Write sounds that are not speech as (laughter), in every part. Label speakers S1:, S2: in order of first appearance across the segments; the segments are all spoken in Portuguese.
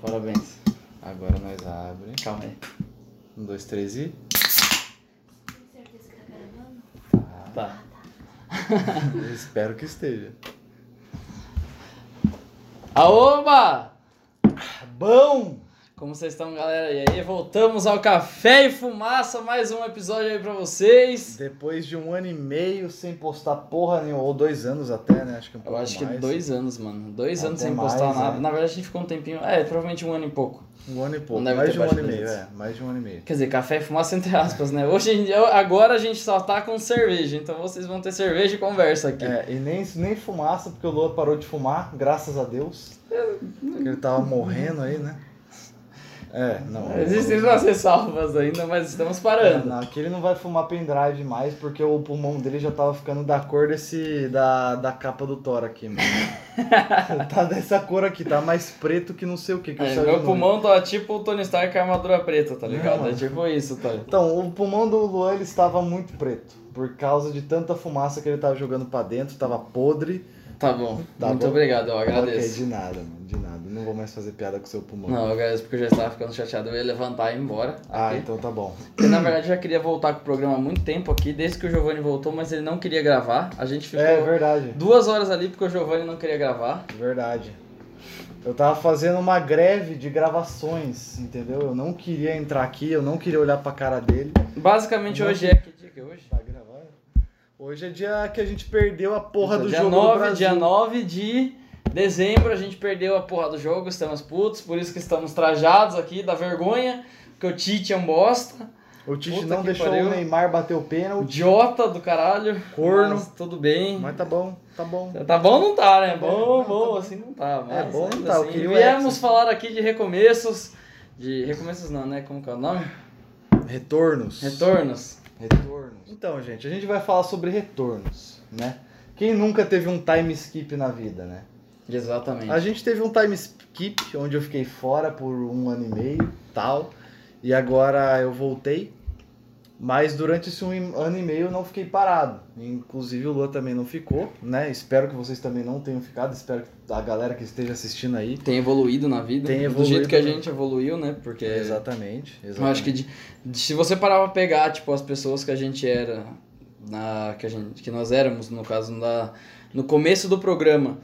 S1: parabéns. Agora nós abre. Calma aí. Um, dois, três e. (laughs)
S2: Tem certeza que tá gravando?
S1: Tá.
S3: Tá.
S1: Eu espero que esteja.
S3: Aoba!
S1: Tá
S3: Bom! Como vocês estão, galera? E aí, voltamos ao Café e Fumaça, mais um episódio aí pra vocês.
S1: Depois de um ano e meio sem postar porra nenhuma, ou dois anos até, né? Acho que um
S3: Eu
S1: pouco
S3: acho que é
S1: mais.
S3: dois anos, mano. Dois
S1: Até
S3: anos sem
S1: mais,
S3: postar nada.
S1: né?
S3: Na verdade, a gente ficou um tempinho. É, provavelmente um ano e pouco.
S1: Um ano e pouco.
S3: deve
S1: Mais
S3: ter
S1: de um ano e
S3: baixado
S1: meio,
S3: isso.
S1: é. Mais de um ano e meio.
S3: Quer dizer, café e fumaça entre aspas, né? Hoje, em dia- agora a gente só tá com cerveja, então vocês vão ter cerveja e conversa aqui.
S1: É, e nem, nem fumaça, porque o Lua parou de fumar, graças a Deus. Porque ele tava morrendo aí, né? É, não.
S3: Existem nossas salvas ainda, mas estamos
S1: É,
S3: parando.
S1: não, aqui ele não vai fumar pendrive mais, porque o pulmão dele já tava ficando da cor desse. da, da capa do Thor
S3: (laughs)
S1: aqui, mano. tá dessa cor aqui, tá mais preto que não sei o que. que eu
S3: É,
S1: saiba o
S3: meu
S1: nome.
S3: pulmão tá tipo o Tony Stark com a armadura preta, tá
S1: Não,
S3: ligado? é
S1: mano.
S3: tipo isso, tá ligado?
S1: Então, o pulmão do Luan ele estava muito preto, por causa de tanta fumaça que ele tava jogando pra dentro, tava podre.
S3: Tá bom.
S1: Tá
S3: Muito
S1: bom.
S3: obrigado, eu
S1: Ok,
S3: agradeço.
S1: de nada, mano, de nada. Não vou mais fazer piada com seu pulmão.
S3: Não, eu agradeço porque eu já estava ficando chateado. Eu ia levantar e ir embora.
S1: Ah,
S3: aqui.
S1: então tá bom.
S3: Porque, na verdade, eu já queria voltar com o programa há muito tempo aqui, desde que o Giovanni voltou, mas ele não queria gravar. A gente ficou
S1: É verdade,
S3: duas horas ali porque o Giovanni não queria gravar.
S1: verdade. Eu tava fazendo uma greve de gravações, entendeu? Eu não queria entrar aqui, eu não queria olhar pra cara dele.
S3: Basicamente,
S1: Não.
S3: hoje é. Que dia que é hoje?
S1: Tá gravando? Hoje é dia que a gente perdeu a porra do
S3: dia
S1: jogo do
S3: 9,
S1: Brasil.
S3: dia 9 de dezembro, a gente perdeu a porra do jogo, estamos putos, por isso que estamos trajados aqui, da vergonha, porque o Tite é um bosta,
S1: O Tite
S3: Puta
S1: não
S3: que
S1: deixou
S3: pariu.
S1: o Neymar bater o
S3: o
S1: pênalti,
S3: idiota do caralho,
S1: Corno.
S3: mas tudo bem.
S1: mas tá bom, tá bom.
S3: Tá bom não tá, né?
S1: Tá
S3: Bom,
S1: bom,
S3: bom,
S1: não, tá bom.
S3: assim não tá. Mas
S1: bom não
S3: ainda
S1: tá, eu
S3: assim,
S1: queria o
S3: viemos
S1: Edson.
S3: falar aqui de recomeços, de recomeços não, né? Como que é o nome?
S1: Retornos.
S3: Retornos.
S1: Retornos. Então, gente, a gente vai falar sobre retornos, né? Quem nunca teve um time skip na vida, né?
S3: Exatamente.
S1: A gente teve um time skip onde eu fiquei fora por um ano e meio, tal, e agora eu voltei. Mas durante esse um ano e meio eu não fiquei parado. Inclusive o Lua também não ficou, né? Espero que vocês também não tenham ficado. Espero que a galera que esteja assistindo aí.
S3: Tem evoluído na vida,
S1: Tem
S3: do
S1: evoluído É,
S3: jeito que a
S1: também.
S3: gente evoluiu, né? Porque
S1: Exatamente. exatamente.
S3: Eu acho que de- de- se você parar pra pegar, tipo, as pessoas que a gente era, na, que, a gente, que nós éramos, no caso, na, no começo do programa,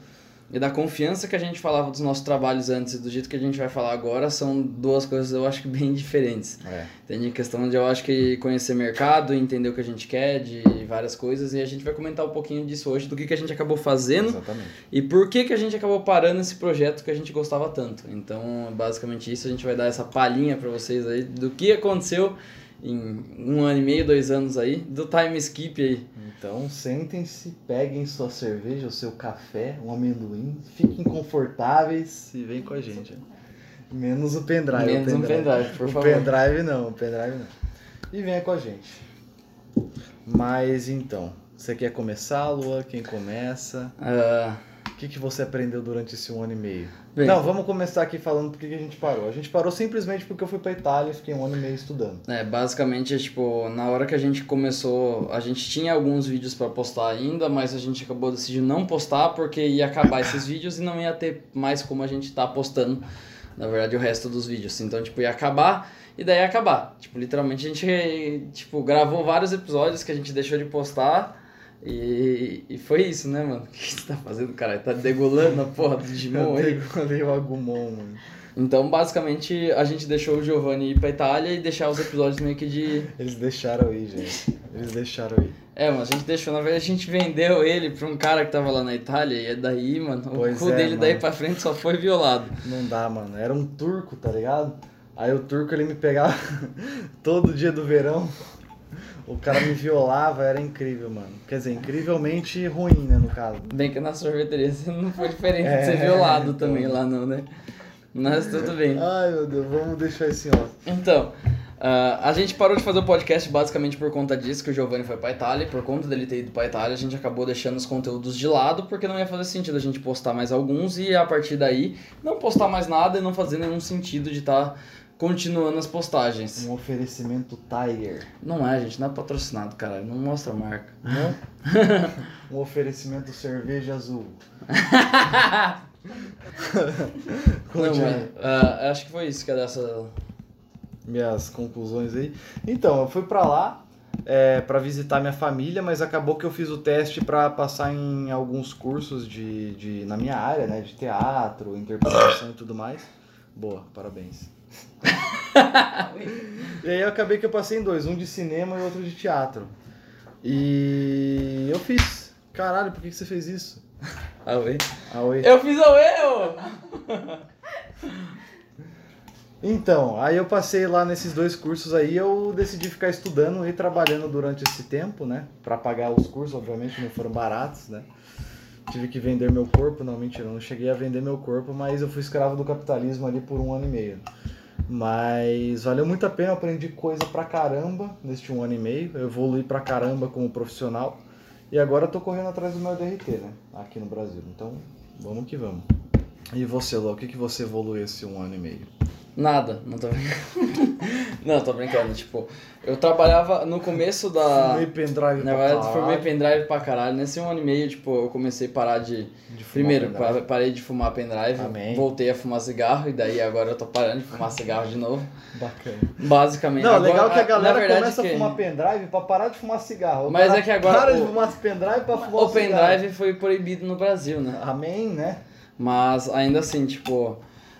S3: e da confiança que a gente falava dos nossos trabalhos antes e do jeito que a gente vai falar agora, são duas coisas, eu acho que bem (laughs) diferentes.
S1: É.
S3: Entende? Em questão de, eu acho que conhecer mercado, entender o que a gente quer, de várias coisas, e a gente vai comentar um pouquinho disso hoje, do que, que a gente acabou fazendo
S1: Exatamente.
S3: e por que, que a gente acabou parando esse projeto que a gente gostava tanto? Então, basicamente isso, a gente vai dar essa palhinha pra vocês aí do que aconteceu em um ano e meio, dois anos aí, do time skip aí.
S1: Então sentem-se, peguem sua cerveja, o seu café, um amendoim, fiquem confortáveis e vem com a gente. Menos o pendrive.
S3: Menos
S1: o
S3: um pendrive, por
S1: o
S3: favor.
S1: pendrive não, o pendrive não. E venha com a gente. Mas então, você quer começar, Lua? Quem começa?
S3: Ah,
S1: O que, que você aprendeu durante esse um ano e meio?
S3: bem,
S1: não, vamos começar aqui falando por que que a gente parou. A gente parou simplesmente porque eu fui pra Itália e fiquei um ano e meio estudando.
S3: É, basicamente, tipo, na hora que a gente começou, a gente tinha alguns vídeos pra postar ainda, mas a gente acabou decidindo não postar porque ia acabar esses vídeos e não ia ter mais como a gente tá postando, na verdade, o resto dos vídeos. Então, tipo, ia acabar e daí ia acabar. Tipo, literalmente a gente, tipo, gravou vários episódios que a gente deixou de postar e, e foi isso, né, mano? (laughs) O que você tá fazendo, caralho? Tá degolando a porra do
S1: (laughs)
S3: Digimon aí?
S1: eu falei o Agumon, mano.
S3: Então, basicamente, a gente deixou o Giovanni ir pra Itália e deixar os episódios meio que de...
S1: Eles deixaram aí, gente. Eles deixaram aí.
S3: É, mas a gente deixou, na verdade a gente vendeu ele pra um cara que tava lá na Itália e é daí, mano,
S1: Pois
S3: o cu
S1: é,
S3: dele daí
S1: mano.
S3: pra frente só foi violado.
S1: Não dá, mano. Era um turco, tá ligado? Aí o turco ele me pegava (laughs) todo dia do verão. O cara me violava, era incrível, mano. Quer dizer, incrivelmente ruim, né, no caso.
S3: Bem que na sorveteria (laughs) você não foi diferente
S1: É,
S3: de ser violado
S1: então.
S3: também lá não, né? Mas tudo bem.
S1: Ai, meu Deus, vamos deixar esse ó.
S3: Então, ah, a gente parou de fazer o podcast basicamente por conta disso, que o Giovanni foi pra Itália, e por conta dele ter ido pra Itália, a gente acabou deixando os conteúdos de lado, porque não ia fazer sentido a gente postar mais alguns e a partir daí não postar mais nada e não fazer nenhum sentido de estar continuando as postagens.
S1: Um oferecimento Tiger.
S3: Não é, gente, não é patrocinado, caralho. Não mostra a marca.
S1: (laughs) Não? Um oferecimento cerveja azul.
S3: Não,
S1: Continua.
S3: mas, ah, acho que foi isso que
S1: é
S3: era essa.
S1: minhas conclusões aí. Então, eu fui pra lá é, para visitar minha família, mas acabou que eu fiz o teste pra passar em alguns cursos de, de na minha área, né, de teatro, interpretação e tudo mais. Boa, parabéns. (laughs) e aí eu acabei que eu passei em dois, um de cinema e outro de teatro. E eu fiz. Caralho, por que, que você fez isso?
S3: Aue.
S1: Ah, oi.
S3: Eu fiz Aue! ô!
S1: Então, aí eu passei lá nesses dois cursos aí, eu decidi ficar estudando e trabalhando durante esse tempo, né? Pra pagar os cursos, obviamente, não foram baratos, né? Tive que vender meu corpo, não, mentira, eu não cheguei a vender meu corpo, mas eu fui escravo do capitalismo ali por um ano e meio. Mas valeu muito a pena, eu aprendi coisa pra caramba neste um ano e meio, eu evoluí pra caramba como profissional e agora eu tô correndo atrás do meu DRT, né? Aqui no Brasil, então vamos que vamos. E você, Ló, o que, que você evoluiu esse um ano e meio?
S3: Nada, não tô brincando. (laughs) não, tô brincando. Tipo, eu trabalhava no começo da.
S1: Fumei pendrive
S3: Na
S1: pra
S3: verdade,
S1: caralho.
S3: formei pendrive pra caralho. Nesse um ano e meio, tipo, eu comecei a parar de.
S1: De fumar
S3: Primeiro,
S1: pendrive.
S3: pa- parei de fumar pendrive.
S1: Amém.
S3: Voltei a fumar cigarro. E daí agora eu tô parando de fumar cigarro de novo.
S1: Bacana.
S3: Basicamente.
S1: Não,
S3: Agora,
S1: legal que a
S3: na
S1: galera
S3: verdade é
S1: começa
S3: que
S1: a fumar pendrive pra parar de fumar cigarro. O
S3: Mas
S1: cara
S3: é que agora
S1: Para de
S3: o-
S1: fumar pendrive pra fumar
S3: O
S1: cigarro.
S3: pendrive foi proibido no Brasil, né?
S1: Amém, né?
S3: Mas ainda assim, tipo,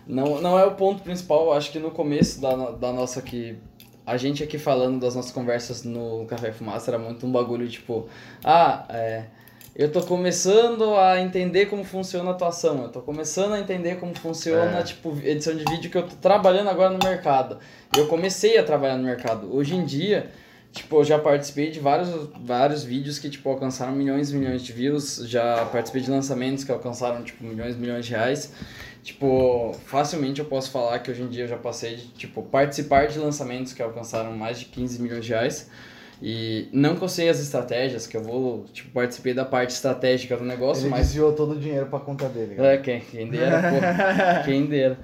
S3: não, não é o ponto principal. Eu Acho que no começo da, no- da nossa que. A gente aqui falando das nossas conversas no Café Fumaça era muito um bagulho tipo. Ah, é. Eu tô começando a entender como funciona a atuação. Eu tô começando a entender como funciona,
S1: É.
S3: tipo, edição de vídeo que eu tô trabalhando agora no mercado. Eu comecei a trabalhar no mercado. Hoje em dia, tipo, eu já participei de vários, vários vídeos que, tipo, alcançaram milhões e milhões de views. Já participei de lançamentos que alcançaram, tipo, milhões e milhões de reais. Tipo, facilmente eu posso falar que hoje em dia eu já passei de, tipo, participar de lançamentos que alcançaram mais de 15 milhões de reais. E não que eu sei as estratégias, que eu vou, tipo, participei da parte estratégica do negócio,
S1: Ele
S3: mas...
S1: desviou todo o dinheiro pra conta dele. cara.
S3: É, quem, quem dera, pô. Quem dera.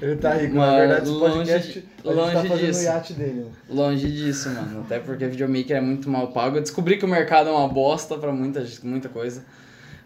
S1: Ele tá rico.
S3: Mas
S1: Na verdade, esse
S3: longe
S1: podcast
S3: de-
S1: a gente tá
S3: longe
S1: fazendo
S3: disso.
S1: o iate dele. né?
S3: Longe disso, mano. Até porque videomaker é muito mal pago. Eu descobri que o mercado é uma bosta pra muita, muita coisa.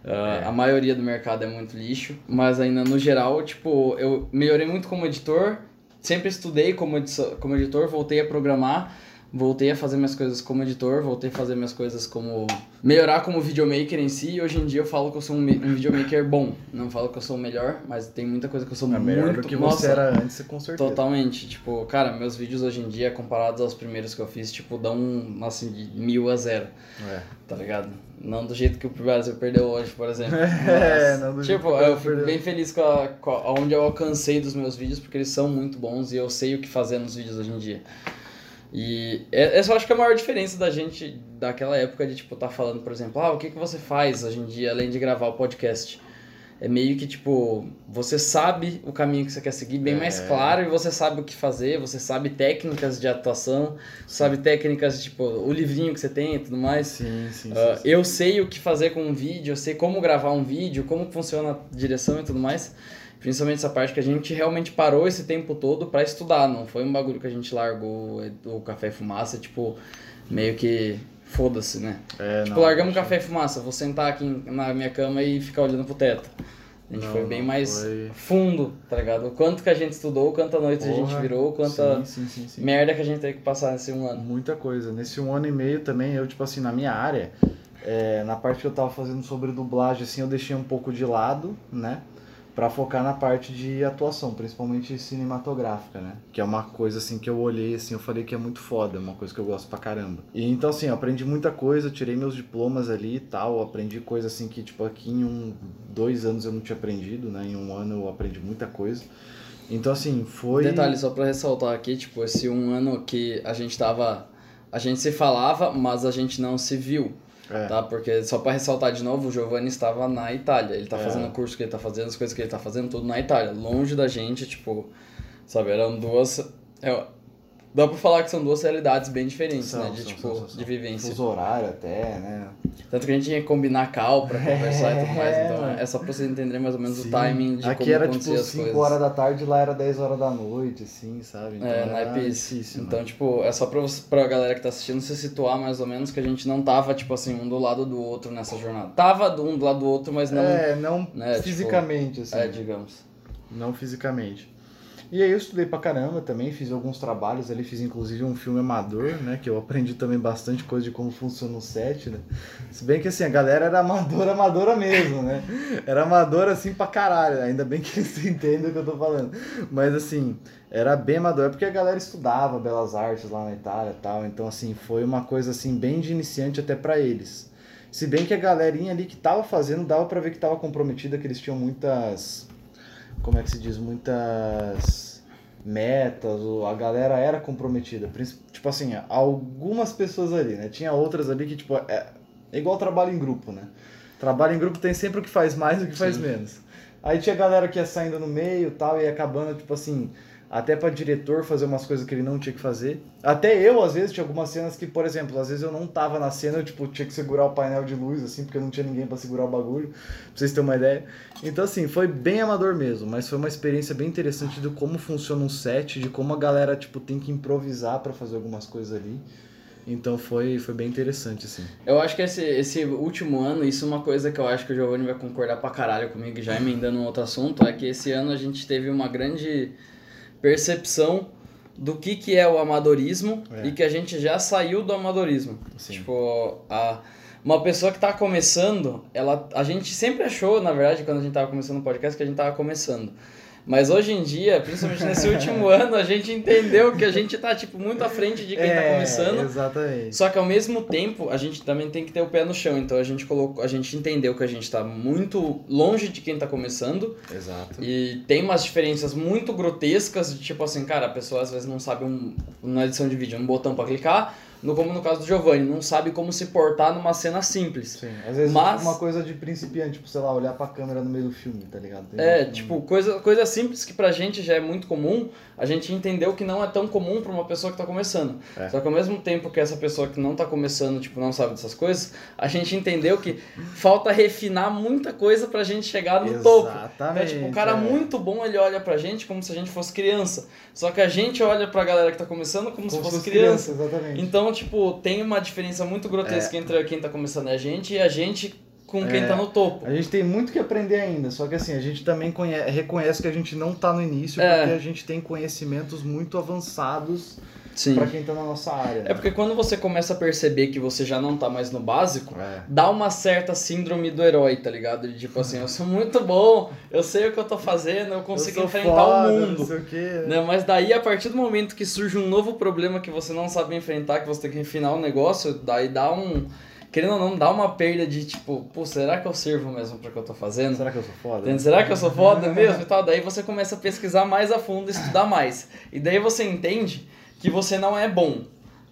S3: Ah, A maioria do mercado é muito lixo. Mas ainda no geral, tipo, eu melhorei muito como editor. Sempre estudei como, edição, como editor, voltei a programar. Voltei a fazer minhas coisas como editor, voltei a fazer minhas coisas como. melhorar como videomaker em si. E hoje em dia eu falo que eu sou um, me- um videomaker bom. Não falo que eu sou o melhor, mas tem muita coisa que eu sou
S1: É
S3: muito
S1: melhor do que você
S3: Nossa,
S1: era antes, com certeza.
S3: Totalmente. Tipo, cara, meus vídeos hoje em dia, comparados aos primeiros que eu fiz, tipo, dão, um, assim, de mil a zero,
S1: É.
S3: tá ligado? Não do jeito que o Brasil perdeu hoje, por exemplo.
S1: (laughs) É,
S3: Mas,
S1: não do jeito
S3: Tipo,
S1: que o Brasil
S3: eu fico
S1: perdeu.
S3: bem feliz com, a, com a- onde eu alcancei dos meus vídeos, porque eles são muito bons e eu sei o que fazer nos vídeos hoje em dia. E é- essa eu acho que é a maior diferença da gente, daquela época de, tipo, tá falando, por exemplo, ah, o que, que você faz hoje em dia, além de gravar o podcast? É meio que, tipo, você sabe o caminho que você quer seguir bem mais
S1: É.
S3: claro e você sabe o que fazer, você sabe técnicas de atuação, sabe técnicas, tipo, o livrinho que você tem e tudo mais.
S1: Sim, sim, sim.
S3: Ah,
S1: sim.
S3: eu sei o que fazer com um vídeo, eu sei como gravar um vídeo, como funciona a direção e tudo mais. Principalmente essa parte que a gente realmente parou esse tempo todo pra estudar, não foi um bagulho que a gente largou é, o café e fumaça, tipo, meio que foda-se, né?
S1: É,
S3: tipo,
S1: não,
S3: largamos o
S1: acho-
S3: café e fumaça, vou sentar aqui na minha cama e ficar olhando pro teto. A gente
S1: Não,
S3: foi bem
S1: não,
S3: mais
S1: foi-
S3: fundo, tá ligado? O quanto que a gente estudou, quanta noite a gente
S1: Porra,
S3: virou, quanta
S1: Sim, sim, sim, sim.
S3: merda que a gente teve que passar nesse um ano.
S1: Muita coisa. Nesse um ano e meio também, eu, tipo assim, na minha área, é, na parte que eu tava fazendo sobre dublagem, assim, eu deixei um pouco de lado, né? Pra focar na parte de atuação, principalmente cinematográfica, né? Que é uma coisa, assim, que eu olhei, assim, eu falei que é muito foda, é uma coisa que eu gosto pra caramba. E então, assim, eu aprendi muita coisa, eu tirei meus diplomas ali e tal, eu aprendi coisa, assim, que, tipo, aqui em um, dois anos eu não tinha aprendido, né? Em um ano eu aprendi muita coisa. Então, assim, foi.
S3: Detalhe, só pra ressaltar aqui, tipo, esse um ano que a gente tava. A gente se falava, mas a gente não se viu,
S1: É.
S3: tá? Porque, só pra ressaltar de novo, o Giovanni estava na Itália. Ele tá
S1: É.
S3: fazendo o curso que ele tá fazendo, as coisas que ele tá fazendo, tudo na Itália. Longe da gente, tipo. Sabe, eram duas. é, dá pra falar que são duas realidades bem diferentes,
S1: São,
S3: né? De,
S1: são,
S3: tipo,
S1: são, são, são.
S3: de vivência.
S1: Fuso horário até, né?
S3: Tanto que a gente tinha que combinar cal
S1: (laughs)
S3: pra conversar e tudo mais.
S1: É,
S3: Então,
S1: mano.
S3: é só pra vocês entenderem mais ou menos
S1: Sim.
S3: o timing de
S1: Aqui
S3: como
S1: era
S3: acontecia
S1: tipo
S3: as coisas.
S1: 5 horas da tarde, lá era 10 horas da noite, assim, sabe? Então
S3: É,
S1: era
S3: naipes.
S1: difícil, né?
S3: Então,
S1: mano.
S3: tipo, é só pra, você, pra galera que tá assistindo se situar mais ou menos que a gente não tava, tipo assim, um do lado do outro nessa jornada. Tava do um do lado do outro, mas não,
S1: É, não
S3: né, tipo,
S1: fisicamente, assim.
S3: é, digamos.
S1: não fisicamente. E aí eu estudei pra caramba também, fiz alguns trabalhos ali, fiz inclusive um filme amador, né? Que eu aprendi também bastante coisa de como funciona o set, né? Se bem que assim, a galera era amadora, amadora mesmo, né? Era amadora assim pra caralho, ainda bem que eles (laughs) entendem o que eu tô falando. Mas assim, era bem amador, é porque a galera estudava belas artes lá na Itália e tal, então assim, foi uma coisa assim bem de iniciante até pra eles. Se bem que a galerinha ali que tava fazendo, dava pra ver que tava comprometida, que eles tinham muitas como é que se diz, muitas metas, ou a galera era comprometida. Princip- Tipo assim, algumas pessoas ali, né? Tinha outras ali que, tipo, é é igual trabalho em grupo, né? Trabalho em grupo tem sempre o que faz mais e o que faz
S3: Sim.
S1: menos. Aí tinha galera que ia saindo no meio e tal, e ia acabando, tipo assim, até pra diretor fazer umas coisas que ele não tinha que fazer. Até eu, às vezes, tinha algumas cenas que, por exemplo, às vezes eu não tava na cena, eu, tipo, tinha que segurar o painel de luz, assim, porque não tinha ninguém pra segurar o bagulho, pra vocês terem uma ideia. Então, assim, foi bem amador mesmo, mas foi uma experiência bem interessante de como funciona um set, de como a galera, tipo, tem que improvisar pra fazer algumas coisas ali. Então foi, foi bem interessante, assim.
S3: Eu acho que esse, esse último ano, isso é uma coisa que eu acho que o Giovanni vai concordar pra caralho comigo, já emendando um outro assunto, é que esse ano a gente teve uma grande percepção do que, que é o amadorismo
S1: É.
S3: e que a gente já saiu do amadorismo.
S1: Sim.
S3: Tipo, a, uma pessoa que tá começando, ela, a gente sempre achou, na verdade, quando a gente tava começando o podcast, que a gente tava começando. Mas hoje em dia, principalmente nesse
S1: (laughs)
S3: último ano, a gente entendeu que a gente tá, tipo, muito à frente de quem tá começando.
S1: É, Exatamente.
S3: Só que ao mesmo tempo, a gente também tem que ter o pé no chão. Então a gente colocou, a gente entendeu que a gente tá muito longe de quem tá começando
S1: Exato.
S3: e tem umas diferenças muito grotescas, de tipo assim, cara, a pessoa às vezes não sabe um na edição de vídeo um botão pra clicar, no como no caso do Giovanni, não sabe como se portar numa cena simples.
S1: Sim. Às vezes
S3: Mas-
S1: uma coisa de principiante, tipo, sei lá, olhar pra câmera no meio do filme, tá ligado? Tem
S3: É,
S1: gente que
S3: tipo, coisa, coisa simples que pra gente já é muito comum, a gente entendeu que não é tão comum pra uma pessoa que tá começando.
S1: É.
S3: Só que ao mesmo tempo que essa pessoa que não tá começando, tipo, não sabe dessas coisas, a gente entendeu que falta refinar muita coisa pra gente chegar
S1: não-
S3: no topo. Então,
S1: Exatamente.
S3: tipo, o cara
S1: é.
S3: muito bom, ele olha pra gente como se a gente fosse criança. Só que a gente olha pra galera que tá começando como, se fosse criança.
S1: Exatamente.
S3: Então, tipo, tem uma diferença muito grotesca entre quem tá começando e a gente e a gente com quem
S1: É.
S3: tá no topo.
S1: A gente tem muito que aprender ainda, só que assim, a gente também conhe- reconhece que a gente não tá no início,
S3: É.
S1: porque a gente tem conhecimentos muito avançados
S3: Sim.
S1: pra quem tá na nossa área.
S3: É porque quando você começa a perceber que você já não tá mais no básico,
S1: É.
S3: dá uma certa síndrome do herói, tá ligado? De tipo assim, eu sou muito bom, eu sei o que eu tô fazendo, eu consigo
S1: Eu sou
S3: enfrentar
S1: foda,
S3: o
S1: Não
S3: mundo.
S1: sei o quê.
S3: Né? Mas daí, a partir do momento que surge um novo problema que você não sabe enfrentar, que você tem que refinar o negócio, daí dá um. Querendo ou não, dá uma perda de tipo, pô, será que eu sirvo mesmo pro que eu tô fazendo?
S1: Será que eu sou foda?
S3: Entende? Será que eu sou foda mesmo e tal? Daí você começa a pesquisar mais a fundo, estudar mais. E daí você entende que você não é bom,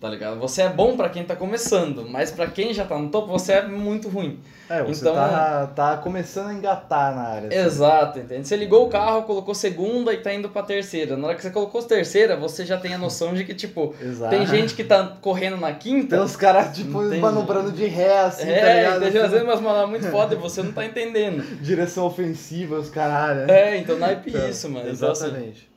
S3: tá ligado? Você é bom pra quem tá começando, mas pra quem já tá no topo, você é muito ruim.
S1: É, você
S3: Então,
S1: tá, tá começando a engatar na área. assim.
S3: Exato, entende? Você ligou o carro, colocou segunda e tá indo pra terceira. Na hora que você colocou terceira, você já tem a noção de que, tipo,
S1: Exato.
S3: tem gente que tá correndo na
S1: (laughs) Tem
S3: quinta.
S1: uns caras, tipo,
S3: Entendi.
S1: manobrando de ré, assim, tá
S3: É,
S1: ligado?
S3: tá
S1: Assim,
S3: fazendo umas manobras muito foda e você não tá entendendo.
S1: (laughs) Direção ofensiva, os caralho. né?
S3: É, então naipe
S1: Então,
S3: isso, mano. Então, assim,
S1: Exatamente.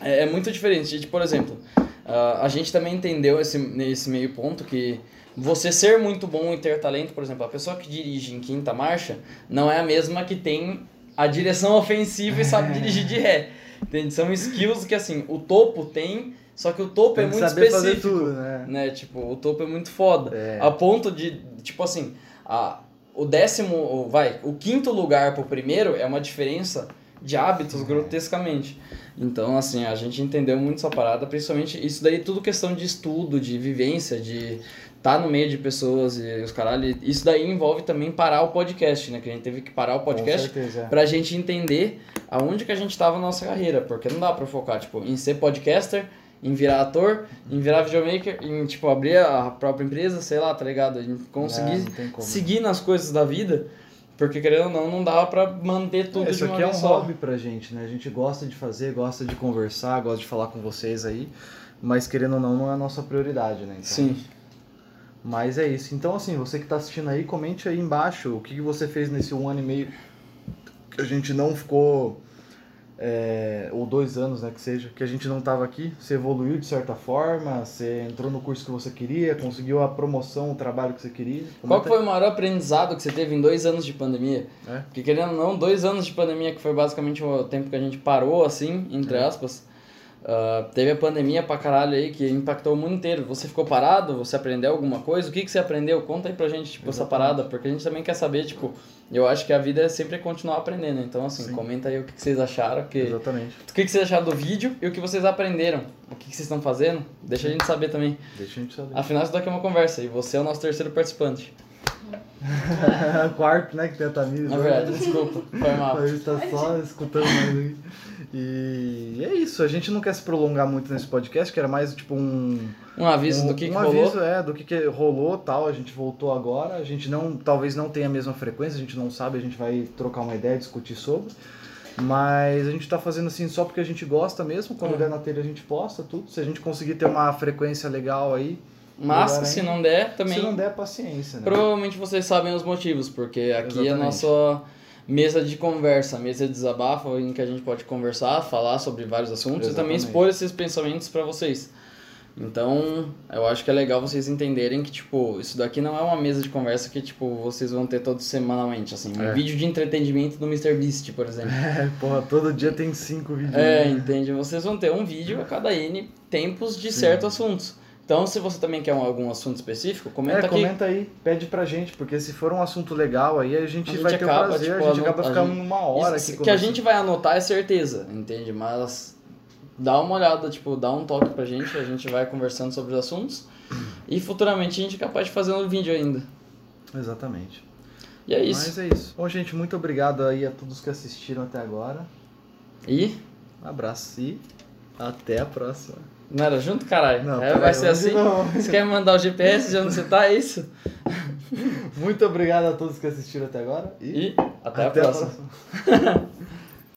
S3: É, é muito diferente. Tipo, por exemplo, ah, a gente também entendeu esse, nesse meio ponto que você ser muito bom e ter talento, por exemplo, a pessoa que dirige em quinta marcha não é a mesma que tem a direção ofensiva e
S1: É.
S3: sabe dirigir de ré. Entende? São skills que, assim, o topo tem, só que o topo
S1: Tem
S3: é
S1: que
S3: muito
S1: saber
S3: específico. um
S1: fazer tudo, né?
S3: Né? Tipo, o topo é muito foda.
S1: É.
S3: A ponto de, tipo assim, a, o décimo, o- vai, o quinto lugar pro primeiro é uma diferença de
S1: É.
S3: hábitos grotescamente. Então, assim, a gente entendeu muito essa parada, principalmente isso daí é tudo questão de estudo, de vivência, de tá no meio de pessoas e os caralho. Isso daí envolve também parar o podcast, né? Que a gente teve que parar o podcast
S1: Com certeza.
S3: pra gente entender aonde que a gente tava na nossa carreira, porque não dá pra focar, tipo, em ser podcaster, em virar ator, em virar videomaker, em, tipo, abrir a própria empresa, sei lá, tá ligado? Em
S1: É,
S3: conseguir
S1: não tem como.
S3: seguir nas coisas da vida, porque querendo ou não, não dava pra manter tudo
S1: É,
S3: de
S1: isso
S3: uma
S1: aqui é um
S3: vez só.
S1: hobby pra gente, né? A gente gosta de fazer, gosta de conversar, gosta de falar com vocês aí. Mas querendo ou não, não é a nossa prioridade, né? Então,
S3: Sim.
S1: Mas é isso. Então, assim, você que tá assistindo aí, comente aí embaixo o que, que você fez nesse um ano e meio que a gente não ficou é, ou dois anos, né, que seja, que a gente não tava aqui, você evoluiu de certa forma, você entrou no curso que você queria, conseguiu a promoção, o trabalho que você queria.
S3: Qual
S1: Comenta
S3: que foi o maior aprendizado que você teve em dois anos de pandemia?
S1: É.
S3: Porque querendo ou não, dois anos de pandemia, que foi basicamente o tempo que a gente parou, assim, entre
S1: É.
S3: aspas, ah, teve a pandemia pra caralho aí, que impactou o mundo inteiro. Você ficou parado? Você aprendeu alguma coisa? O que, que você aprendeu? Conta aí pra gente, tipo, essa
S1: Exatamente.
S3: parada, porque a gente também quer saber, tipo, eu acho que a vida é sempre continuar aprendendo. Então, assim,
S1: Sim.
S3: comenta aí o que, que vocês acharam, que...
S1: Exatamente.
S3: O que, que vocês acharam do vídeo e o que vocês aprenderam? O que, que vocês estão fazendo? Deixa a gente saber também.
S1: Deixa a gente saber.
S3: Afinal, isso daqui é uma conversa e você é o nosso terceiro participante.
S1: (laughs) Quarto, né, que tem a Tamires.
S3: Na
S1: né?
S3: verdade, desculpa, foi mal.
S1: A gente tá só escutando mais aqui. E é isso, a gente não quer se prolongar muito nesse podcast, que era mais tipo um.
S3: Um aviso
S1: um,
S3: do que,
S1: um
S3: que rolou.
S1: aviso, é, do que, que rolou tal. A gente voltou agora. A gente não. Talvez não tenha a mesma frequência, a gente não sabe, a gente vai trocar uma ideia, discutir sobre. Mas a gente tá fazendo assim só porque a gente gosta mesmo. Quando
S3: É.
S1: der na telha a gente posta tudo. Se a gente conseguir ter uma frequência legal aí,
S3: Mas
S1: Melhor
S3: se
S1: ainda.
S3: não der, também.
S1: se não der, paciência, né?
S3: Provavelmente vocês sabem os motivos, porque aqui é a
S1: Exatamente.
S3: nossa mesa de conversa, mesa de desabafo em que a gente pode conversar, falar sobre vários assuntos e também
S1: Exatamente.
S3: expor esses pensamentos pra vocês. Então, eu acho que é legal vocês entenderem que, tipo, isso daqui não é uma mesa de conversa que, tipo, vocês vão ter todo semanalmente, assim. Um
S1: É.
S3: vídeo de entretenimento do MrBeast, por
S1: (laughs)
S3: exemplo.
S1: É, porra, todo dia tem cinco vídeos.
S3: É,
S1: né?
S3: entende? Vocês vão ter um vídeo a cada N tempos de
S1: Sim.
S3: certos assuntos. Então, se você também quer um- algum assunto específico, comenta
S1: É,
S3: aqui.
S1: comenta aí, pede pra gente, porque se for um assunto legal aí, a gente,
S3: A gente
S1: vai ter
S3: acaba,
S1: o prazer,
S3: tipo,
S1: a gente
S3: anota-
S1: acaba
S3: a
S1: ficando
S3: gente-
S1: uma hora
S3: Isso,
S1: aqui
S3: que a
S1: conversando.
S3: gente vai anotar é certeza, entende? Mas dá uma olhada, tipo, dá um toque pra gente, a gente vai conversando sobre os assuntos. E futuramente a gente é capaz de fazer um vídeo ainda.
S1: Exatamente.
S3: E é isso.
S1: Mas é isso. Bom, gente, muito obrigado aí a todos que assistiram até agora.
S3: E.
S1: Um abraço e até a próxima.
S3: Não era junto, caralho?
S1: Não,
S3: é,
S1: pera
S3: vai
S1: aí,
S3: ser
S1: onde
S3: assim?
S1: não? (laughs)
S3: Você quer mandar o GPS de onde você tá? É isso?
S1: Muito obrigado a todos que assistiram até agora e
S3: E até, a próxima.
S1: próxima.